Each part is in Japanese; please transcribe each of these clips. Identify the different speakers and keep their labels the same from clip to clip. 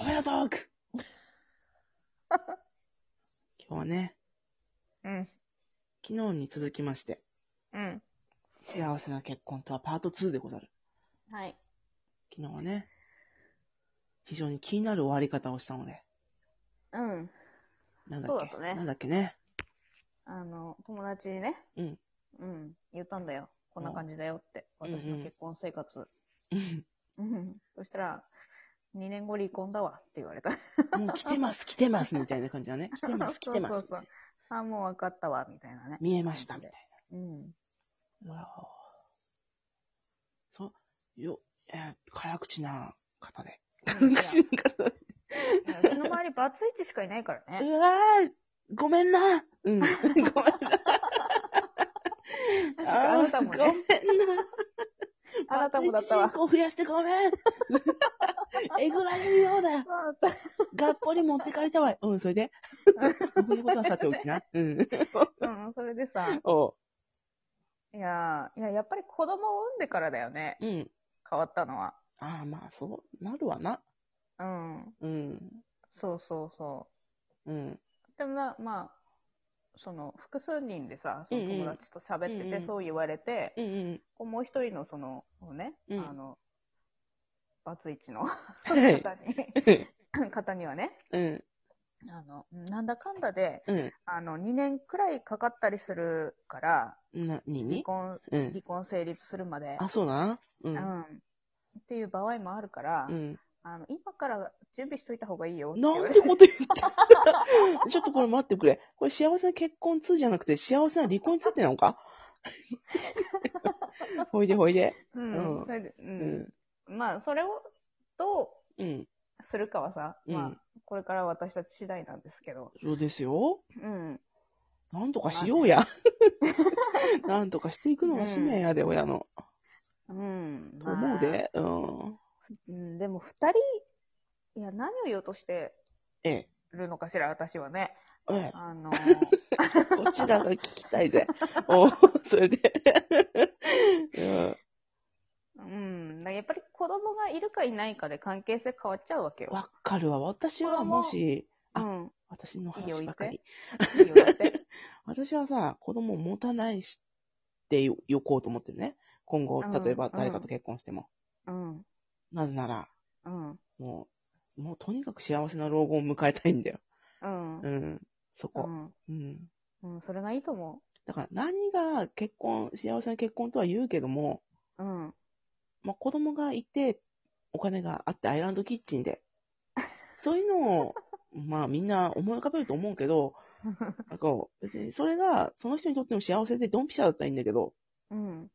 Speaker 1: ートーク今日はね、
Speaker 2: うん。
Speaker 1: 昨日に続きまして、
Speaker 2: うん。
Speaker 1: 幸せな結婚とはパート2でござる。
Speaker 2: はい。
Speaker 1: 昨日はね、非常に気になる終わり方をしたので、
Speaker 2: うん。
Speaker 1: なんだ
Speaker 2: そう
Speaker 1: っ
Speaker 2: だっ
Speaker 1: け
Speaker 2: たね
Speaker 1: なんだっけね。
Speaker 2: あの、友達にね、
Speaker 1: うん。
Speaker 2: うん。言ったんだよ。こんな感じだよって。
Speaker 1: うん
Speaker 2: 私の結婚生活。
Speaker 1: うん
Speaker 2: うん。そしたら、2年後離婚だわって言われた。
Speaker 1: もう来て ます、来てます、みたいな感じだね。来てます、来てま
Speaker 2: そう
Speaker 1: す
Speaker 2: そう。そう。あ、もう分かったわ、みたいなね。
Speaker 1: 見えました、みたい
Speaker 2: うん。
Speaker 1: な。うわぁそう、よ、えー辛口な方で。辛口な方で。
Speaker 2: うちの周りバツイチしかいないからね。
Speaker 1: うわーごめんな。うん。 ごめんな。
Speaker 2: 確かあなたも
Speaker 1: ごめん
Speaker 2: ね。
Speaker 1: な。
Speaker 2: あなたもだったわ
Speaker 1: バツイチ。人口増やしてごめん。えぐられるようだ。学校に持ってかれたわ。うん、それで。僕のことはさておきな。うん。
Speaker 2: うん、それでさ、
Speaker 1: おう。
Speaker 2: いやー、いや、やっぱり子供を産んでからだよね。
Speaker 1: うん。
Speaker 2: 変わったのは。
Speaker 1: ああ、まあ、そう、なるわな。
Speaker 2: うん。
Speaker 1: うん。
Speaker 2: そうそうそう。
Speaker 1: うん。
Speaker 2: でもな、まあ、その、複数人でさ、その
Speaker 1: うんうん
Speaker 2: 友達と喋ってて、
Speaker 1: うんうん
Speaker 2: そう言われて、
Speaker 1: うんうん。
Speaker 2: こうもう一人のその、ね、
Speaker 1: うん
Speaker 2: あの、バツイチの
Speaker 1: はい。
Speaker 2: 方に、 方にはね、
Speaker 1: うん。
Speaker 2: あの、なんだかんだで、
Speaker 1: う
Speaker 2: あの、2年くらいかかったりするから、
Speaker 1: ん。な、に
Speaker 2: 離
Speaker 1: に
Speaker 2: 婚、
Speaker 1: うん。
Speaker 2: 離婚成立するまで、
Speaker 1: あ、そうだな。う。
Speaker 2: うんん。っていう場合もあるから、
Speaker 1: うん。
Speaker 2: あの、今から準備しといた方がいいよって言わ
Speaker 1: な
Speaker 2: れ
Speaker 1: ん
Speaker 2: て
Speaker 1: てこと言った ちょっとこれ待ってくれ。これ幸せな結婚2じゃなくて幸せな離婚についてなのか ほいでほいで。
Speaker 2: うん
Speaker 1: うん
Speaker 2: それでう
Speaker 1: うんん。
Speaker 2: まあ、それを、どう
Speaker 1: うん。
Speaker 2: するかはさ、
Speaker 1: うん
Speaker 2: まあ、これから私たち次第なんですけど、
Speaker 1: そうですよ。
Speaker 2: うん。
Speaker 1: なんとかしようや。 なんとかしていくのが使命やで、親の。
Speaker 2: うん。
Speaker 1: と思うで。うん。
Speaker 2: まあ。うん、でも二人、いや、何を言おうとして
Speaker 1: ええ。
Speaker 2: るのかしら、私はね。
Speaker 1: ええ。
Speaker 2: あ の、
Speaker 1: こちらが聞きたい ぜ。おうそれで。 うん。
Speaker 2: うん、やっぱり子供がいるかいないかで関係性変わっちゃうわけよ。
Speaker 1: わかるわ。私はもし、
Speaker 2: う
Speaker 1: あ
Speaker 2: ん。
Speaker 1: 私の
Speaker 2: いいよ
Speaker 1: 話ばかり。
Speaker 2: いいよだって
Speaker 1: 私はさ、子供を持たないしってよよこうと思ってるね。今後、
Speaker 2: うん
Speaker 1: 例えば誰かと結婚しても。
Speaker 2: うん。
Speaker 1: なぜなら、
Speaker 2: うん。
Speaker 1: もう、もうとにかく幸せな老後を迎えたいんだよ。
Speaker 2: うん。う。
Speaker 1: うんん。そうこ。
Speaker 2: ん。
Speaker 1: うん。
Speaker 2: うん、それがいいと思
Speaker 1: だから何が結婚、幸せな結婚とは言うけども、
Speaker 2: う。うん。
Speaker 1: まあ、子供がいて、お金があってアイランドキッチン で。そういうのを、まあみんな思い浮かべると思うけ ど、なんか別にそれがその人にとっての幸せでドンピシャだったらいいんだけど、
Speaker 2: うん。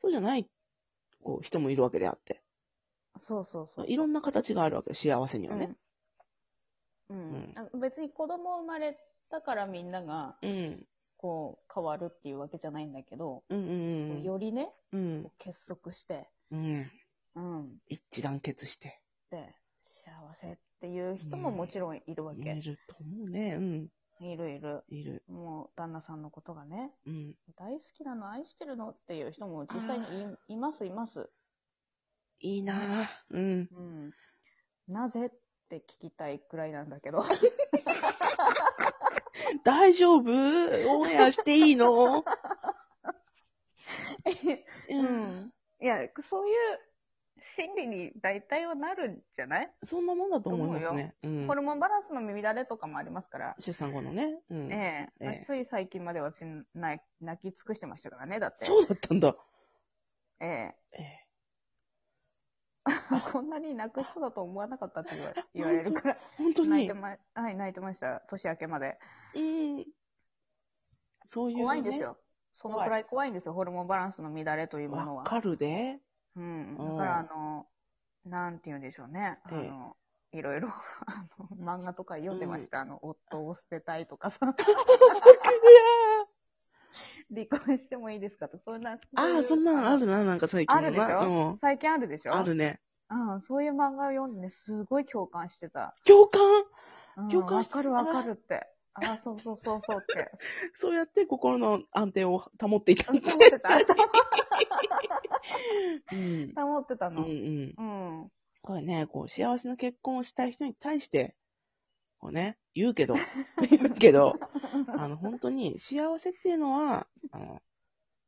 Speaker 1: そうじゃないこう人もいるわけであって。
Speaker 2: そうそうそう。
Speaker 1: いろんな形があるわけ、幸せにはね。
Speaker 2: うん。
Speaker 1: うん
Speaker 2: うん。別に子供生まれたからみんなが、
Speaker 1: うん。
Speaker 2: こう、変わるっていうわけじゃないんだけど、
Speaker 1: うんうんうん。
Speaker 2: よりね、
Speaker 1: うん。
Speaker 2: 結束して、
Speaker 1: うん。
Speaker 2: うん、
Speaker 1: 一致団結して。
Speaker 2: で、幸せっていう人ももちろんいるわ
Speaker 1: い
Speaker 2: け。
Speaker 1: ると思うね。うん。
Speaker 2: いるいる。
Speaker 1: いる。
Speaker 2: もう、旦那さんのことがね、
Speaker 1: うん。
Speaker 2: 大好きなの、愛してるのっていう人も実際にいいます、います。
Speaker 1: いいなぁ。うん。
Speaker 2: うん。なぜって聞きたいくらいなんだけど。
Speaker 1: 大丈夫オンエアしていいのう。
Speaker 2: うんん。 いや、そういう心理に大体はなるんじゃない、
Speaker 1: そんなもんだと思いますね。うん
Speaker 2: ホ。ルモンバランスの乱れとかもありますから。
Speaker 1: 出産後のね。うん。
Speaker 2: ええ
Speaker 1: ええ
Speaker 2: つい最近まで私泣、泣き尽くしてましたからね、だって。
Speaker 1: そうだったんだ。
Speaker 2: ええ
Speaker 1: ええ
Speaker 2: こんなに泣く人だと思わなかったって言われ言われるから、
Speaker 1: 本当
Speaker 2: 泣い
Speaker 1: に
Speaker 2: て。ま、はい、泣いてました。年明けまで。
Speaker 1: うん。そういう。
Speaker 2: 怖いんです。よ。そのくらい怖いんですよ、ホルモンバランスの乱れというもの
Speaker 1: わ
Speaker 2: は。
Speaker 1: かる で。
Speaker 2: うん。だ
Speaker 1: うん
Speaker 2: から、あの、なんて言うんでしょうね。あ
Speaker 1: ええ
Speaker 2: の、いろい ろ、あの、漫画とか読んでました。あの、夫を捨てたいとかさ、 離婚してもいいですかとか、そんな。そうい
Speaker 1: ああ、
Speaker 2: う
Speaker 1: そんなのあ。るな、なんか最近
Speaker 2: あ
Speaker 1: のな。
Speaker 2: るでしょ、
Speaker 1: うん
Speaker 2: 最近あるでしょ
Speaker 1: あるね。
Speaker 2: うん、そういう漫画を読んでね、すごい共感してた。
Speaker 1: 共感
Speaker 2: うん、
Speaker 1: 共感してた
Speaker 2: わかるわかるって。ああ、そうそうそうそうって。
Speaker 1: そうやって心の安定を保っていた
Speaker 2: う。ん保ってた
Speaker 1: うん。
Speaker 2: 保ってた
Speaker 1: うんう
Speaker 2: の。
Speaker 1: ん。
Speaker 2: うん。
Speaker 1: これね、こう、幸せな結婚をしたい人に対して、こうね、言う けど、言うけど、あの、本当に幸せっていうのは、あの、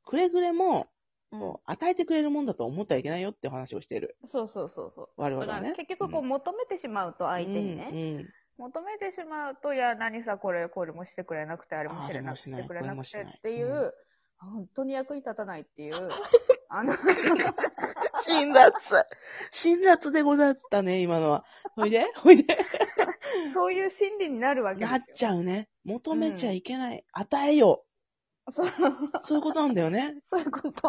Speaker 1: くれぐれも、こう、与えてくれるもんだと思ってはいけないよっていう話をしている。
Speaker 2: そうそうそうそう。
Speaker 1: 我
Speaker 2: だ
Speaker 1: 々
Speaker 2: か
Speaker 1: は
Speaker 2: ら
Speaker 1: ね。
Speaker 2: 結局こう
Speaker 1: うん
Speaker 2: 求めてしまうと相手にね、
Speaker 1: うんうん
Speaker 2: 求めてしまうと、いや、何さ、これ、これもしてくれなくて、あれもし
Speaker 1: あ
Speaker 2: て
Speaker 1: あれもし
Speaker 2: し
Speaker 1: ない
Speaker 2: てくれな
Speaker 1: これ
Speaker 2: くて
Speaker 1: もしない
Speaker 2: っていう、
Speaker 1: うん
Speaker 2: 本当に役に立たないっていう、あの、
Speaker 1: 辛辣。辛辣でござったね、今のは。ほいでほいで
Speaker 2: そういう心理になるわけです
Speaker 1: な
Speaker 2: よ。
Speaker 1: っちゃうね。求めちゃいけない。与えよ
Speaker 2: そう
Speaker 1: う。そういうことなんだよね。
Speaker 2: そういうこと。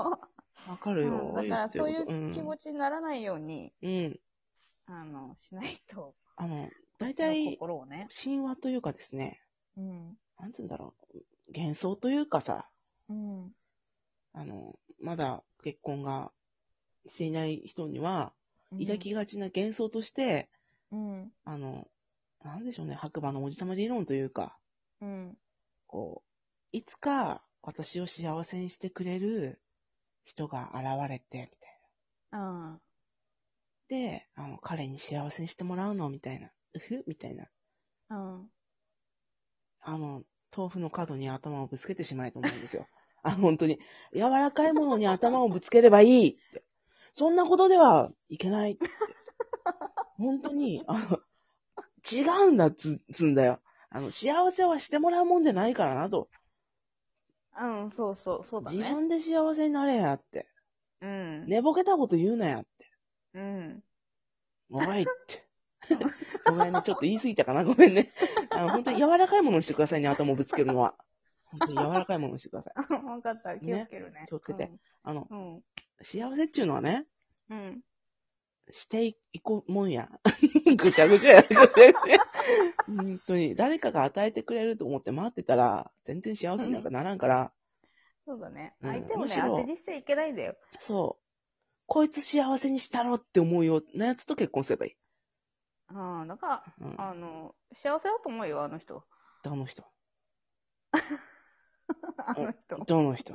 Speaker 1: わかるよ。
Speaker 2: うんだから、そうい
Speaker 1: 言ってる
Speaker 2: う気
Speaker 1: こ
Speaker 2: 持ちにならないように、
Speaker 1: とうん。うん。
Speaker 2: あの、しないと、
Speaker 1: あの、大
Speaker 2: の
Speaker 1: 体、
Speaker 2: 心をね。
Speaker 1: 神話というかですね、
Speaker 2: うん。
Speaker 1: なんつうんだろう。幻想というかさ、
Speaker 2: うん。
Speaker 1: あの、まだ結婚がしていない人には、抱きがちな幻想として、
Speaker 2: うん。
Speaker 1: あの、なんでしょうね、白馬のおじさま理論というか、
Speaker 2: うん。
Speaker 1: こう、いつか私を幸せにしてくれる人が現れて、みたいな。
Speaker 2: あ
Speaker 1: で、あの、彼に幸せにしてもらうの、みたいな。うふみたいな。
Speaker 2: あ。うん。
Speaker 1: あの、豆腐の角に頭をぶつけてしまえと思うんですよ。 あの、本当に。柔らかいものに頭をぶつければいいって。そんなことではいけないって。本当に、あの、違うんだっつ、つんだよ。あの、幸せはしてもらうもんでないからなと。
Speaker 2: うん、そうそう、そうだ
Speaker 1: 自
Speaker 2: ね。
Speaker 1: 分で幸せになれやって。
Speaker 2: うん。
Speaker 1: 寝ぼけたこと言うなやって。
Speaker 2: うん。
Speaker 1: おいって。ごめんね、ちょっと言い過ぎたかな、ごめんね。あの、本当に柔らかいものにしてくださいね、頭をぶつけるのは。本当に柔らかいものにしてください。
Speaker 2: 分かった。気をつけるね。
Speaker 1: 気をつけてあの、
Speaker 2: うん。うん。
Speaker 1: 幸せっていうのはね、
Speaker 2: うん。
Speaker 1: していこうもんや。 ぐちゃぐちゃや、ぐちゃぐちゃ。本当に、誰かが与えてくれると思って待ってたら、全然幸せになんかならんから、
Speaker 2: そうだね。
Speaker 1: うん
Speaker 2: 相手を
Speaker 1: む
Speaker 2: ね、
Speaker 1: しろ
Speaker 2: 当てにしちゃいけないんだよ。
Speaker 1: そう。こいつ幸せにしたろって思うようなやつと結婚すればいい。
Speaker 2: うん、だか
Speaker 1: うん、
Speaker 2: ら、
Speaker 1: あ
Speaker 2: あの、幸せだと思うよ、あの人。
Speaker 1: の人。
Speaker 2: あの人。
Speaker 1: どの人。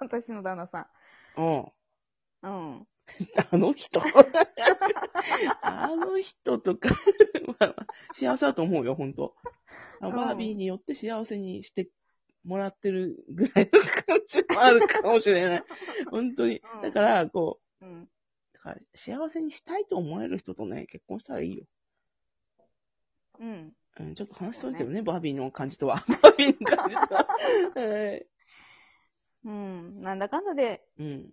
Speaker 2: 私の旦那さ
Speaker 1: うん。
Speaker 2: ん。うん。
Speaker 1: あの 人あの人とか、 まあ幸せだと思うよ、ほんと。あの
Speaker 2: うん
Speaker 1: バービーによって幸せにしてもらってるぐらいの感じもあるかもしれ ない。本当に
Speaker 2: うん。
Speaker 1: だから、こ
Speaker 2: うん。
Speaker 1: う、だから幸せにしたいと思える人とね、結婚したらいいよ。
Speaker 2: うん。
Speaker 1: うん、ちょっと話しとれてるね、バービーの感じとは。 バービーの感じと は。はい
Speaker 2: うん。なんだかんだで、
Speaker 1: うん。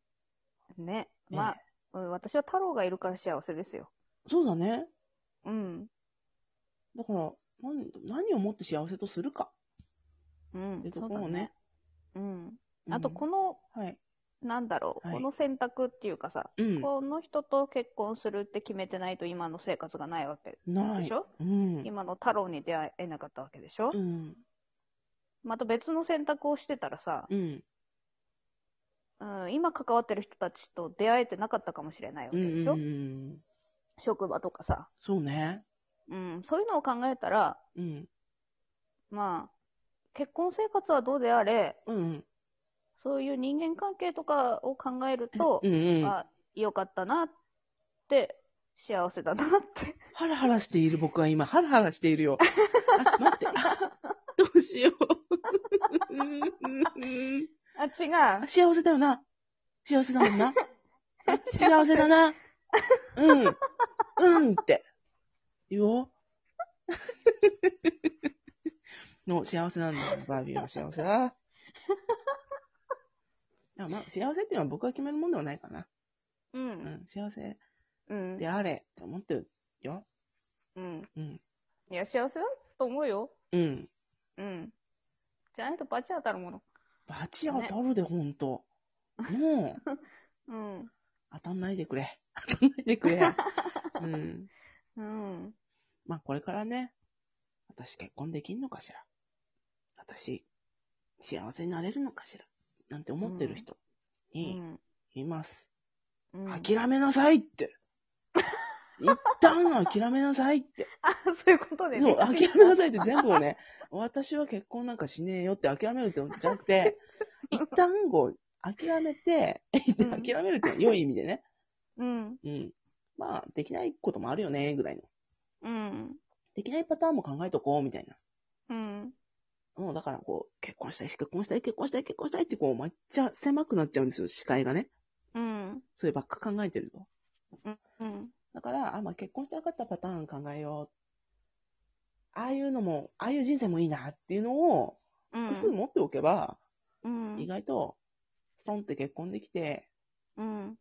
Speaker 2: ね。
Speaker 1: ええ
Speaker 2: まあ、うん私は太郎がいるから幸せですよ。
Speaker 1: そうだね。
Speaker 2: うん。
Speaker 1: だから、何何をもって幸せとするか。
Speaker 2: う
Speaker 1: って
Speaker 2: ん。
Speaker 1: と
Speaker 2: そう
Speaker 1: こ
Speaker 2: だ
Speaker 1: ろね
Speaker 2: ね。うん。あと、こ
Speaker 1: の、
Speaker 2: の、
Speaker 1: はい。
Speaker 2: なんだろう、
Speaker 1: はい
Speaker 2: この選択っていうかさ、
Speaker 1: うん。
Speaker 2: この人と結婚するって決めてないと今の生活がないわけ
Speaker 1: ない。
Speaker 2: でしょ、
Speaker 1: うん。
Speaker 2: 今の太郎に出会えなかったわけでしょ、
Speaker 1: うん。
Speaker 2: また別の選択をしてたらさ、
Speaker 1: うん。
Speaker 2: うん、今関わってる人たちと出会えてなかったかもしれないわ
Speaker 1: う
Speaker 2: け
Speaker 1: んうん
Speaker 2: でしょ、
Speaker 1: うん。
Speaker 2: 職場とかさ、
Speaker 1: そうね。
Speaker 2: うん、そういうのを考えたら、
Speaker 1: うん。
Speaker 2: まあ、結婚生活はどうであれ、
Speaker 1: うんうん。
Speaker 2: そういう人間関係とかを考えると
Speaker 1: う、んうん。
Speaker 2: あ、よかったなって、幸せだなって。
Speaker 1: ハラハラしている僕は今、ハラハラしている よ。あ、待って。あどう しよう。うんうんうん
Speaker 2: あ、違
Speaker 1: あ
Speaker 2: う。
Speaker 1: 幸せだよな。幸せだもんな。幸せだな。うん。うんって。言おう。の幸せなんだよ、バービーは幸せだ。でもまあ、幸せっていうのは僕が決めるもんではないかな。う
Speaker 2: う。
Speaker 1: んん、幸せ
Speaker 2: うん。
Speaker 1: であれって思ってるよ。
Speaker 2: うん。
Speaker 1: うん。
Speaker 2: いや、幸せだと思うよ。
Speaker 1: うん。
Speaker 2: うん。じゃないと罰当たるもの。
Speaker 1: バチ当たるで、ほんと。もう、
Speaker 2: うん。
Speaker 1: 当たんないでくれ。当たんないでくれや。うん。
Speaker 2: うん。
Speaker 1: まあ、これからね、私結婚できんのかしら。私、幸せになれるのかしら。なんて思ってる人
Speaker 2: う
Speaker 1: に、
Speaker 2: ん。
Speaker 1: います。
Speaker 2: うん
Speaker 1: 諦めなさいっ て。一旦諦めなさいって。
Speaker 2: あ、そういうことでね。
Speaker 1: そう、諦めなさいって全部をね、私は結婚なんかしねえよって諦めるってことじゃなく て、一旦こう、諦めて、
Speaker 2: う
Speaker 1: 諦
Speaker 2: ん
Speaker 1: めるって良い意味でね、
Speaker 2: うん。
Speaker 1: うん。まあ、できないこともあるよね、ぐらいの。
Speaker 2: うん。
Speaker 1: できないパターンも考えとこう、みたいな。
Speaker 2: うん。
Speaker 1: もうだからこう、結婚したい、結婚したい、結婚したい、結婚したいってこう、めっちゃ狭くなっちゃうんですよ、視界がね。
Speaker 2: うん。
Speaker 1: そればっか考えてると。
Speaker 2: うん。
Speaker 1: だから、あ、まあ結婚してなかったパターン考えよう。ああいうのも、ああいう人生もいいなっていうのを、
Speaker 2: うん。
Speaker 1: 複数持っておけば、
Speaker 2: うん。
Speaker 1: 意外と、ストンって結婚できて
Speaker 2: うん。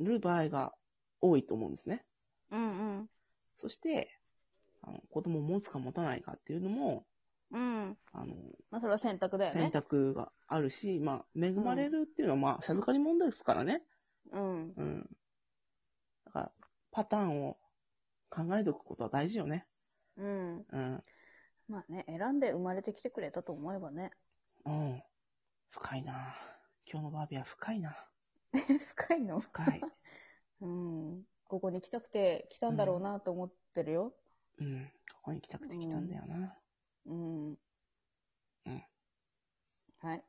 Speaker 1: る場合が多いと思うんですね。
Speaker 2: うん。
Speaker 1: そして、あの子供を持つか持たないかっていうのも、
Speaker 2: うん。
Speaker 1: あの、
Speaker 2: まあ、それは選択だよね。
Speaker 1: 選択があるし、まあ、恵まれるっていうのは、まあ、授かり物ですからね。
Speaker 2: うん。
Speaker 1: うん。だから、パターンを考えておくことは大事よね。
Speaker 2: うん。
Speaker 1: うん。
Speaker 2: まあね、選んで生まれてきてくれたと思えばね。
Speaker 1: うん。深いな今日のバービーは深いな
Speaker 2: 深いの
Speaker 1: 深い。
Speaker 2: うん。ここに来たくて来たんだろうなと思ってるよ。
Speaker 1: うん。ここに来たくて来たんだよな。
Speaker 2: うん。
Speaker 1: うん
Speaker 2: はい。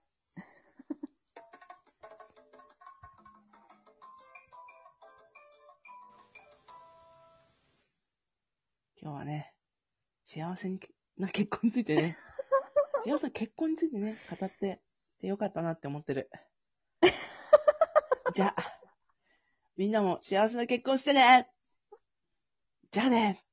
Speaker 1: 今日はね、幸せにな結婚についてね、幸せな結婚についてね、語っててよかったなって思ってる。じゃあ、みんなも幸せな結婚してねじゃあね